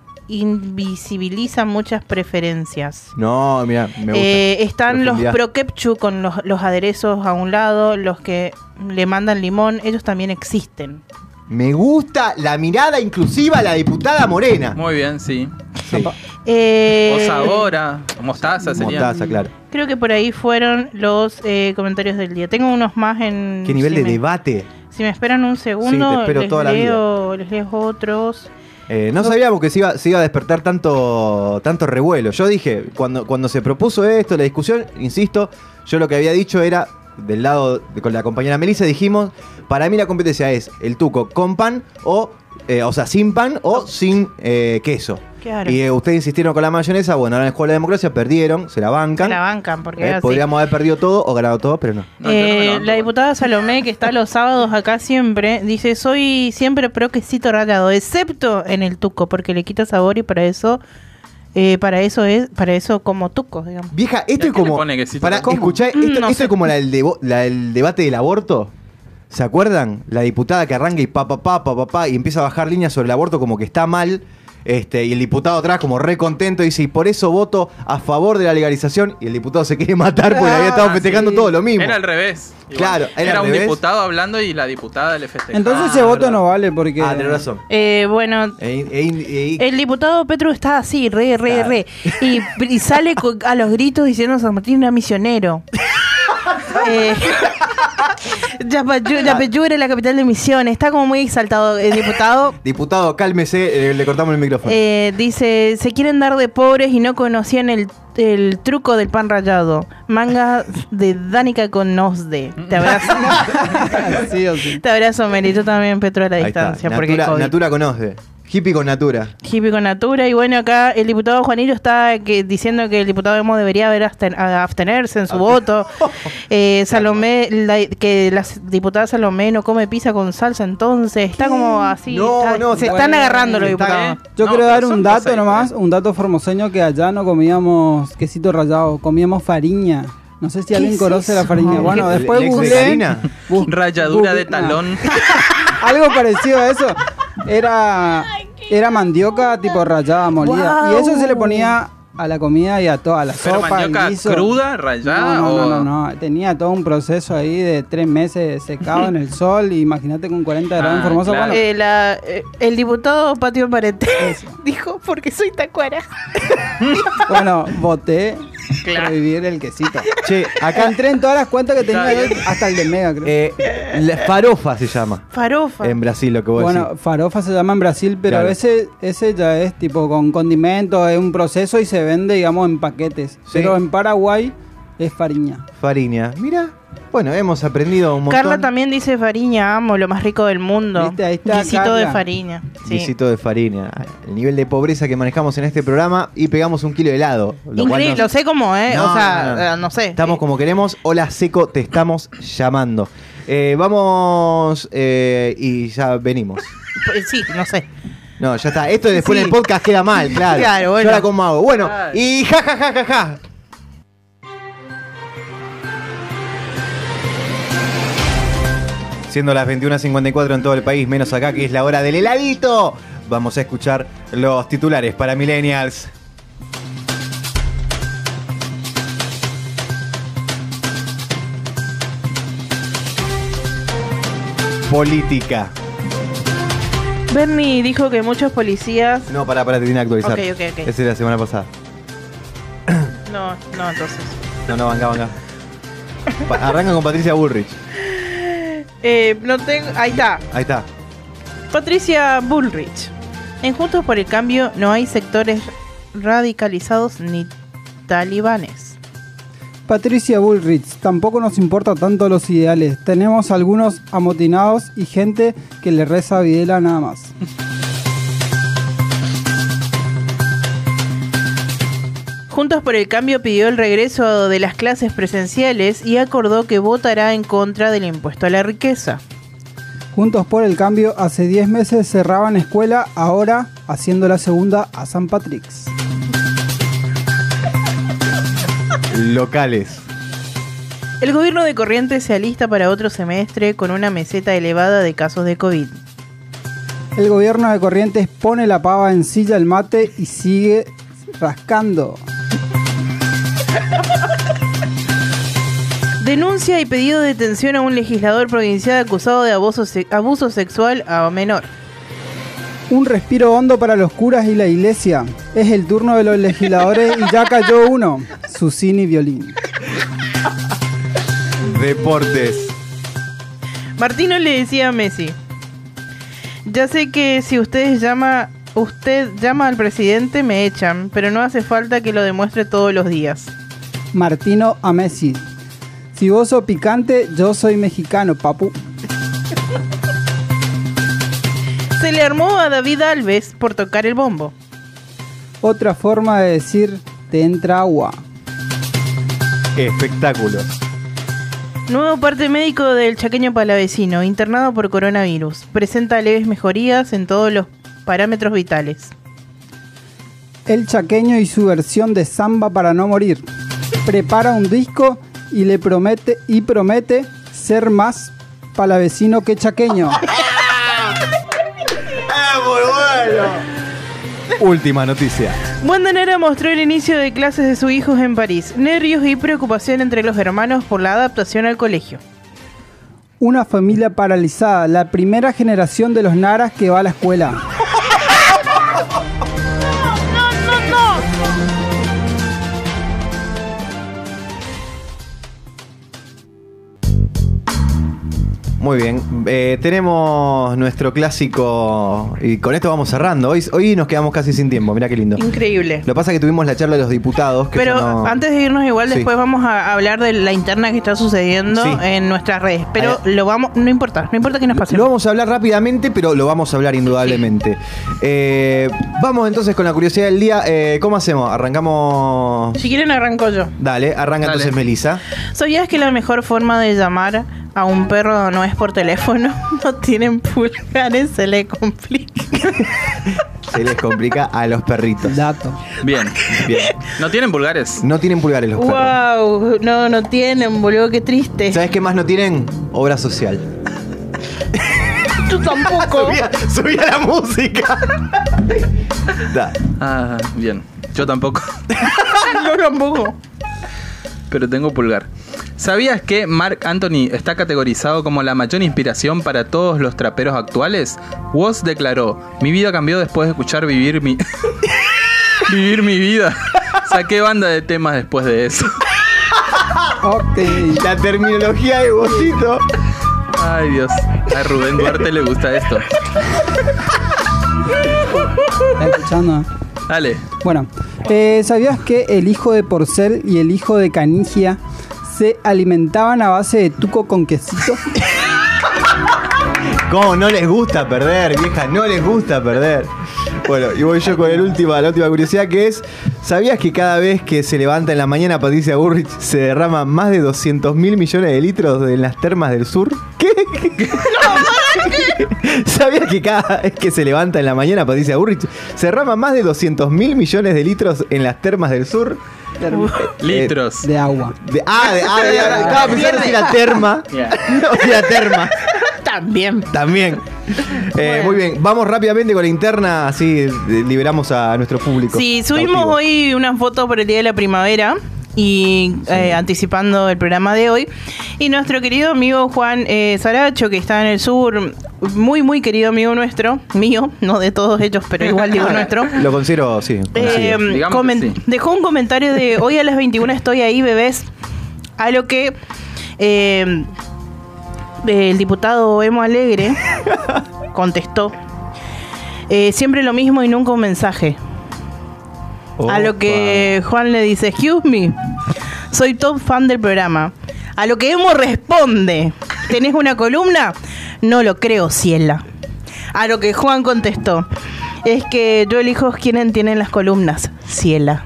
Invisibiliza muchas preferencias. No, mira, me gusta. Eh, están los Profundidad. pro ketchup con los, los aderezos a un lado, los que le mandan limón, ellos también existen. Me gusta la mirada inclusiva a la diputada Morena. Muy bien, sí. Sí, Eh, O sabora, o mostaza sería. Mostaza, claro. Creo que por ahí fueron los eh, comentarios del día. Tengo unos más en... Qué nivel si de me- debate. Si me esperan un segundo, Sí, te espero les, toda la leo, les leo otros. Eh, no sabíamos que se iba, se iba a despertar tanto, tanto revuelo. Yo dije, cuando, cuando se propuso esto, la discusión, insisto, yo lo que había dicho era, del lado de- con la compañera Melissa, dijimos, para mí la competencia es el tuco con pan o, eh, o sea, sin pan o sin eh, queso. Claro. Y eh, ustedes insistieron con la mayonesa, bueno, ahora en la Escuela de Democracia perdieron, se la bancan. La bancan, porque Eh, es así. podríamos haber perdido todo o ganado todo, pero no. No, yo no me Eh, levanto, la bueno. diputada Salomé, que está los sábados acá siempre, dice, soy siempre pro quesito rallado, excepto en el tuco, porque le quita sabor y para eso, eh, para eso es, para eso como tuco, digamos. Vieja, ¿Y a esto es qué le como. pone que sí, Pará, ¿cómo? escuchá, esto, Mm, no esto sé. es como la del, devo- la del debate del aborto. ¿Se acuerdan? La diputada que arranca y pa pa pa pa pa, pa, y empieza a bajar líneas sobre el aborto como que está mal. Este, y el diputado atrás como re contento dice, y por eso voto a favor de la legalización. Y el diputado se quiere matar porque le había estado Ah, festejando sí. todo lo mismo. Era al revés. Claro, era al era, un revés. diputado hablando y la diputada le festejaba. Entonces ese voto no vale porque. Ah, tenés razón. Eh, bueno, E- e- e- el diputado Petro está así, re, re, re, y, y sale co- a los gritos diciendo San Martín era misionero. Eh, Yapayu- Yapeyú era la capital de misiones, está como muy exaltado el diputado. diputado, cálmese, eh, le cortamos el micrófono. Eh, dice, se quieren dar de pobres y no conocían el, el truco del pan rallado. Manga de Danica con Nosde. Te abrazo. Ah, sí o sí. Te abrazo, Meli. Yo también, Petro, a la Ahí está. distancia. Porque Natura, COVID. Natura conoce. Hippie con Natura. Hippie con Natura. Y bueno, acá el diputado Juanillo está que- diciendo que el diputado Emo debería haber absten- a- abstenerse en su voto. Eh, Salomé, la- que la s- diputada Salomé no come pizza con salsa, entonces está como así. No, está- no, se está están bien, agarrando los está diputados. Ah, bien. Yo No, quiero pero dar son un cosas dato nomás, diferentes. un dato formoseño que allá no comíamos quesito rallado, comíamos fariña. No sé si ¿Qué alguien es conoce la eso? fariña. ¿El- Bueno, el- después el ex de googleé. Karina? Bu- Ralladura de bu- talón. Algo parecido a eso. Era, era mandioca tipo rallada molida. Guau. Y eso se le ponía a la comida y a toda la Pero sopa. al mandioca guiso. cruda, rallada No, no, o- no, no, no. Tenía todo un proceso ahí de tres meses secado en el sol. y Imagínate con 40 grados en Ah, Formosa. claro. bueno, Eh, la- eh, el diputado Patio Paredes dijo, porque soy tacuara. Bueno, voté Claro. prohibir el quesito. Che, Acá acá entré en todas las cuentas que tenía Está bien. yo, hasta el de Mega, creo. eh, la- farofa se llama. Farofa. En Brasil lo que vos bueno, decís. farofa se llama en Brasil, pero Claro. a veces ese ya es tipo con condimentos, es un proceso y se vende, digamos, en paquetes. Pero en Paraguay es fariña. Fariña. Mira, bueno, hemos aprendido un montón. Carla también dice fariña, amo, lo más rico del mundo. Viste, ahí está, Guisito Carla. de fariña. sí. Guisito de farina. El nivel de pobreza que manejamos en este programa y pegamos un kilo de helado. Lo cual Increíble, nos- lo sé cómo, ¿eh? No, o sea, no, eh, no. no, sé. Estamos como queremos. Hola, Seco, te estamos llamando. Eh, vamos eh, y ya venimos. Eh, Sí, no sé. No, ya está. Esto después en Sí. el podcast queda mal, claro. Claro, bueno. Yo ahora cómo hago. Bueno, Claro. y ja, ja, ja, ja, ja. Siendo las 21.54 en todo el país, menos acá que es la hora del heladito. Vamos a escuchar los titulares para Millennials. Política. Bernie dijo que muchos policías. No, pará, pará, te tiene que actualizar. Ok, ok, ok. Esa es la semana pasada. No, no, entonces. No, no, venga, venga. arranca con Patricia Bullrich. Eh, no tengo. Ahí está. Ahí está. Patricia Bullrich. En Juntos por el Cambio no hay sectores radicalizados ni talibanes. Patricia Bullrich, tampoco nos importa tanto los ideales. Tenemos algunos amotinados y gente que le reza a Videla nada más. Juntos por el Cambio pidió el regreso de las clases presenciales y acordó que votará en contra del impuesto a la riqueza. Juntos por el cambio, hace 10 meses cerraban escuela, ahora haciendo la segunda a San Patrick's. Locales. El gobierno de Corrientes se alista para otro semestre con una meseta elevada de casos de COVID. El gobierno de Corrientes pone la pava en silla el mate y sigue rascando. Denuncia y pedido de detención a un legislador provincial acusado de abuso, se- abuso sexual a menor. Un respiro hondo para los curas y la iglesia. Es el turno de los legisladores y ya cayó uno. Susini Violín. Deportes. Martino le decía a Messi, ya sé que si ustedes llama, usted llama al presidente me echan, pero no hace falta que lo demuestre todos los días. Martino a Messi. Si vos sos picante, yo soy mexicano, papu. Se le armó a David Alves por tocar el bombo. Otra forma de decir te entra agua. Espectáculo. Nuevo parte médico del chaqueño palavecino, internado por coronavirus. Presenta leves mejorías en todos los parámetros vitales. El chaqueño y su versión de samba para no morir. Prepara un disco y le promete y promete ser más palavecino que chaqueño. Última noticia. Guandanara mostró el inicio de clases de sus hijos en París. Nervios y preocupación entre los hermanos por la adaptación al colegio. Una familia paralizada, la primera generación de los naras que va a la escuela. Muy bien. Eh, tenemos nuestro clásico. Y con esto vamos cerrando. Hoy, hoy nos quedamos casi sin tiempo. Mirá qué lindo. Increíble. Lo que pasa es que tuvimos la charla de los diputados. Que Pero yo no- antes de irnos igual, Sí. después vamos a hablar de la interna que está sucediendo Sí. en nuestras redes. Pero lo vamos, no importa, no importa que nos pase. Lo vamos a hablar rápidamente, pero lo vamos a hablar indudablemente. Eh, vamos entonces con la curiosidad del día. Eh, ¿Cómo hacemos? Arrancamos. Si quieren arranco yo. Dale, arranca Dale. entonces Melissa. ¿Sabías que la mejor forma de llamar a un perro no es por teléfono? No tienen pulgares, se le complica. Se les complica a los perritos. Dato. Bien. Bien. No tienen pulgares. No tienen pulgares los perros. wow, no, no tienen, boludo, qué triste. ¿Sabes qué más no tienen? Obra social. Tú tampoco. subía la música. Da. Ah, bien. Yo tampoco. Yo tampoco. pero tengo pulgar. ¿Sabías que Mark Anthony está categorizado como la mayor inspiración para todos los traperos actuales? Woz declaró, mi vida cambió después de escuchar vivir mi... vivir mi vida. Saqué banda de temas después de eso. Ok. La terminología de Bocito. Ay Dios, a Rubén Duarte le gusta esto. ¿Está escuchando? Dale, Bueno, eh, ¿sabías que el hijo de Porcel y el hijo de Canigia se alimentaban a base de tuco con quesito? ¿Cómo no les gusta perder, vieja? No les gusta perder. Bueno, y voy yo con el última, la última curiosidad que es, ¿sabías que cada vez que se levanta en la mañana Patricia Burrich se derrama más de 200 mil millones de litros de las termas del sur? ¿Qué? ¿Sabías que cada vez que se levanta en la mañana Patricia Burrich se derrama más de 200 mil millones de litros en las termas del sur? litros. De agua. De- ah, de, ah, de- de- estaba pensando si la terma. Yeah. No, si la terma. También. También. Eh, Muy bien, vamos rápidamente con la interna, así eh, liberamos a nuestro público. Sí, subimos cautivo. hoy una foto por el Día de la Primavera y eh, anticipando el programa de hoy. Y nuestro querido amigo Juan eh, Saracho, que está en el sur, muy, muy querido amigo nuestro, mío, no de todos ellos, pero igual digo nuestro. Lo considero, sí. Eh, conocido. Digamos comen- que sí. Dejó un comentario de hoy a las 21 estoy ahí, bebés. A lo que eh, el diputado Emo Alegre contestó. eh, siempre lo mismo y nunca un mensaje. A lo que Juan le dice, excuse me, soy top fan del programa. A lo que Emo responde, ¿tenés una columna? No lo creo, Ciela. A lo que Juan contestó, es que yo elijo quién tienen las columnas, Ciela.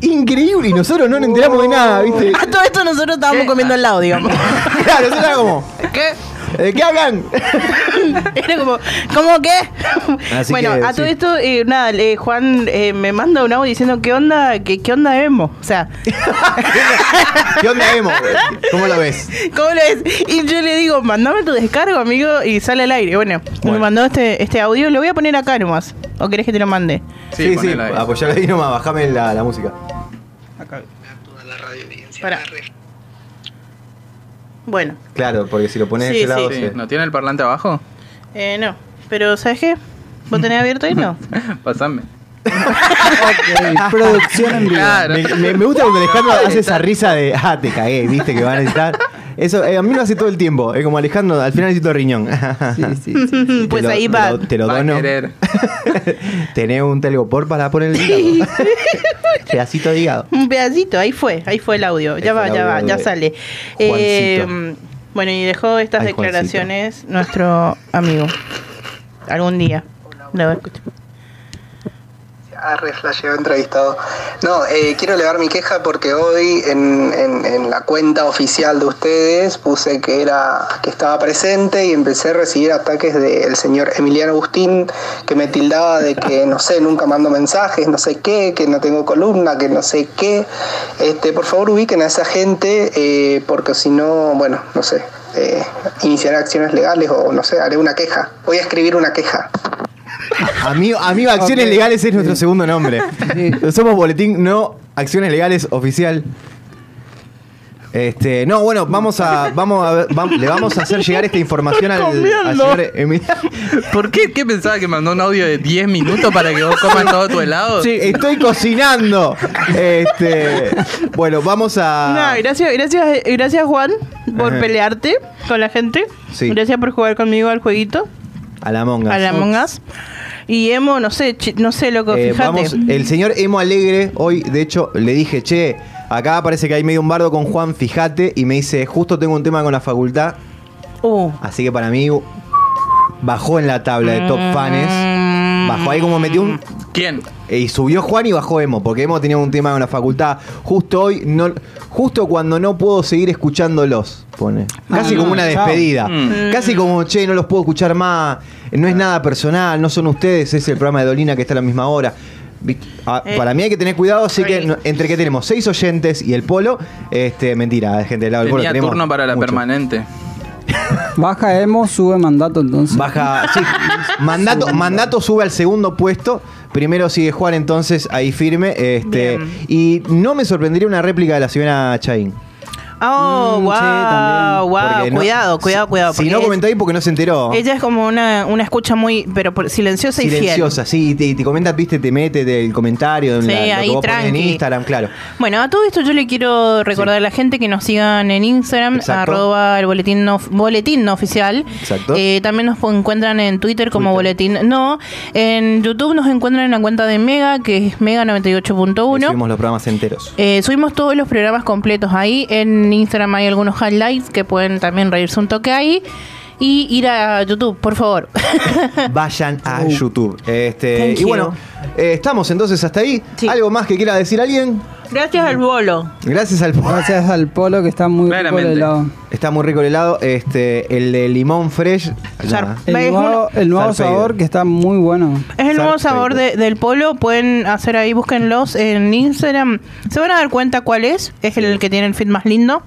Increíble, y nosotros no nos enteramos de nada, ¿viste? A todo esto nosotros estábamos ¿Qué? comiendo al lado, digamos. claro, nosotros era como, ¿Qué? ¿de qué hablan? Era como, ¿cómo qué? Así bueno, que, a sí. todo esto, eh, nada, eh, Juan eh, me manda un audio diciendo, ¿qué onda, qué, qué onda Emo? O sea, ¿Qué onda Emo? ¿Cómo lo ves? ¿Cómo lo ves? Y yo le digo, mandame tu descargo, amigo, y sale al aire. Bueno, me Bueno. mandó este, este audio, lo voy a poner acá nomás. ¿O querés que te lo mande? Sí, ponela ahí. apoyala ahí nomás, bajame la, la música. Pará. Bueno, Claro, porque si lo pones de Sí, ese lado, sí. Sí, se- ¿No tiene el parlante abajo? eh, no. Pero, ¿sabes qué? ¿Vos tenés abierto ahí? No. Pasame. Ok, Producción en vivo. Claro. Me, me- me gusta cuando Alejandro hace esa risa de, ah, te cagué, viste que van a necesitar. Eso, eh, a mí lo hace todo el tiempo. Es como Alejandro, al final necesito riñón. Sí, sí, sí, sí. Te Pues lo- ahí te va. lo- Te lo Va a dono. querer. Tenés un telgopor para poner el hígado. Pedacito de hígado. Un pedacito, ahí fue, ahí fue el audio. Ahí ya fue va, el ya va, audio ya de sale. Juancito. Eh, bueno, y dejó estas Ay, Juancito. declaraciones nuestro amigo. Algún día. Lo va a escuchar. Ah, reflasheo entrevistado. No, eh, quiero elevar mi queja porque hoy en, en- en la cuenta oficial de ustedes puse que era que estaba presente y empecé a recibir ataques del señor Emiliano Agustín que me tildaba de que no sé, nunca mando mensajes, no sé qué, que no tengo columna, que no sé qué. Este, por favor ubiquen a esa gente eh, porque si no, bueno, no sé, eh, iniciaré acciones legales o no sé, haré una queja. Voy a escribir una queja. Amigo, amigo, Acciones Ok. Legales es nuestro segundo nombre. Sí. Somos Boletín No Acciones Legales Oficial. Este, no, bueno, vamos a, vamos a ver, vam- le vamos a hacer llegar esta información al, al comiendo. señor Emil- ¿Por qué? ¿Qué pensaba que mandó un audio de 10 minutos para que vos comas todo tu helado? Sí, estoy cocinando. Este, bueno, vamos a. No, gracias, gracias, gracias Juan Ah. por Ajá. pelearte con la gente. Sí. Gracias por jugar conmigo al jueguito, A la monga. a la mongas. Y Emo, no sé, chi- no sé, loco, Eh, fíjate. vamos, el señor Emo Alegre hoy, de hecho, le dije, che, acá parece que hay medio un bardo con Juan, fíjate, y me dice, justo tengo un tema con la facultad, Uh. así que para mí bajó en la tabla de top Mm. fans, bajó ahí como metió un... ¿Quién? Eh, Y subió Juan y bajó Emo, porque Emo tenía un tema con la facultad. Justo hoy, no, justo cuando no puedo seguir escuchándolos, pone. Casi Ah, como una chao. despedida. Mm. Casi como, che, no los puedo escuchar más. No es nada personal, no son ustedes, es el programa de Dolina que está a la misma hora. Vi- ah, Eh. Para mí hay que tener cuidado, así que Sí. no- entre que tenemos seis oyentes y el polo, este, mentira, gente del lado del polo. Tenía tenemos turno para la mucho. permanente. Baja emo, sube mandato entonces. Baja, sí. Mandato, mandato sube al segundo puesto. Primero sigue Juan, entonces ahí firme. Este, Bien. y no me sorprendería una réplica de la señora Chain. Oh, Mm, sí, wow, también. Oh, wow, Porque no- cuidado, cuidado, si- cuidado. Si porque no es- comentó ahí porque no se enteró. Ella es como una, una escucha muy, pero por- silenciosa, Silenciosa, sí, te, te comenta, viste, te mete del comentario, de Sí, la- lo ahí que vos pones en tranqui. Instagram, claro. y fiel. Bueno, a todo esto yo le quiero recordar a la gente que nos sigan en Instagram, Exacto. arroba el boletín no, boletín no oficial. Exacto. Eh, también nos encuentran en Twitter como Twitter. boletín no. En YouTube nos encuentran en la cuenta de Mega, que es Ahí Mega98.1. Subimos los programas enteros. Eh, subimos todos los programas completos ahí. En Instagram hay algunos highlights que pueden también reírse un toque ahí. Y ir a YouTube, por favor. Vayan a Oh. YouTube. Este, Uh. Thank y you. bueno, eh, estamos entonces hasta ahí. Sí. ¿Algo más que quiera decir alguien? Gracias al bolo. Gracias al Gracias al polo que está muy rico el Claramente. helado. Está muy rico el helado. Este, el de limón fresh. Zarp. nada. El ¿Ves? nuevo, el nuevo Zarpeido. sabor que está muy bueno. Es el nuevo Sarpe, sabor de- del polo. Pueden hacer ahí, búsquenlos en Instagram. Se van a dar cuenta cuál es. Es el que tiene el feed más lindo.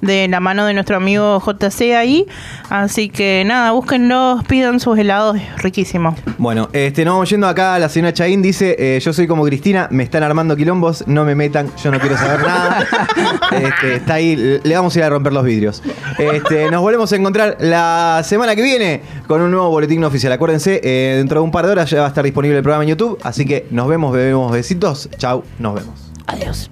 De la mano de nuestro amigo JC ahí. Así que nada, búsquenlos, pidan sus helados. Es riquísimo. Bueno, este, nos vamos yendo acá. La señora Chaín dice: eh, Yo soy como Cristina, me están armando quilombos, no me metan, yo no quiero saber nada. Este, está ahí, le le vamos a ir a romper los vidrios. Este, nos volvemos a encontrar la semana que viene con un nuevo boletín no oficial. Acuérdense, eh, dentro de un par de horas ya va a estar disponible el programa en YouTube. Así que nos vemos, bebemos besitos. Chau, nos vemos. Adiós.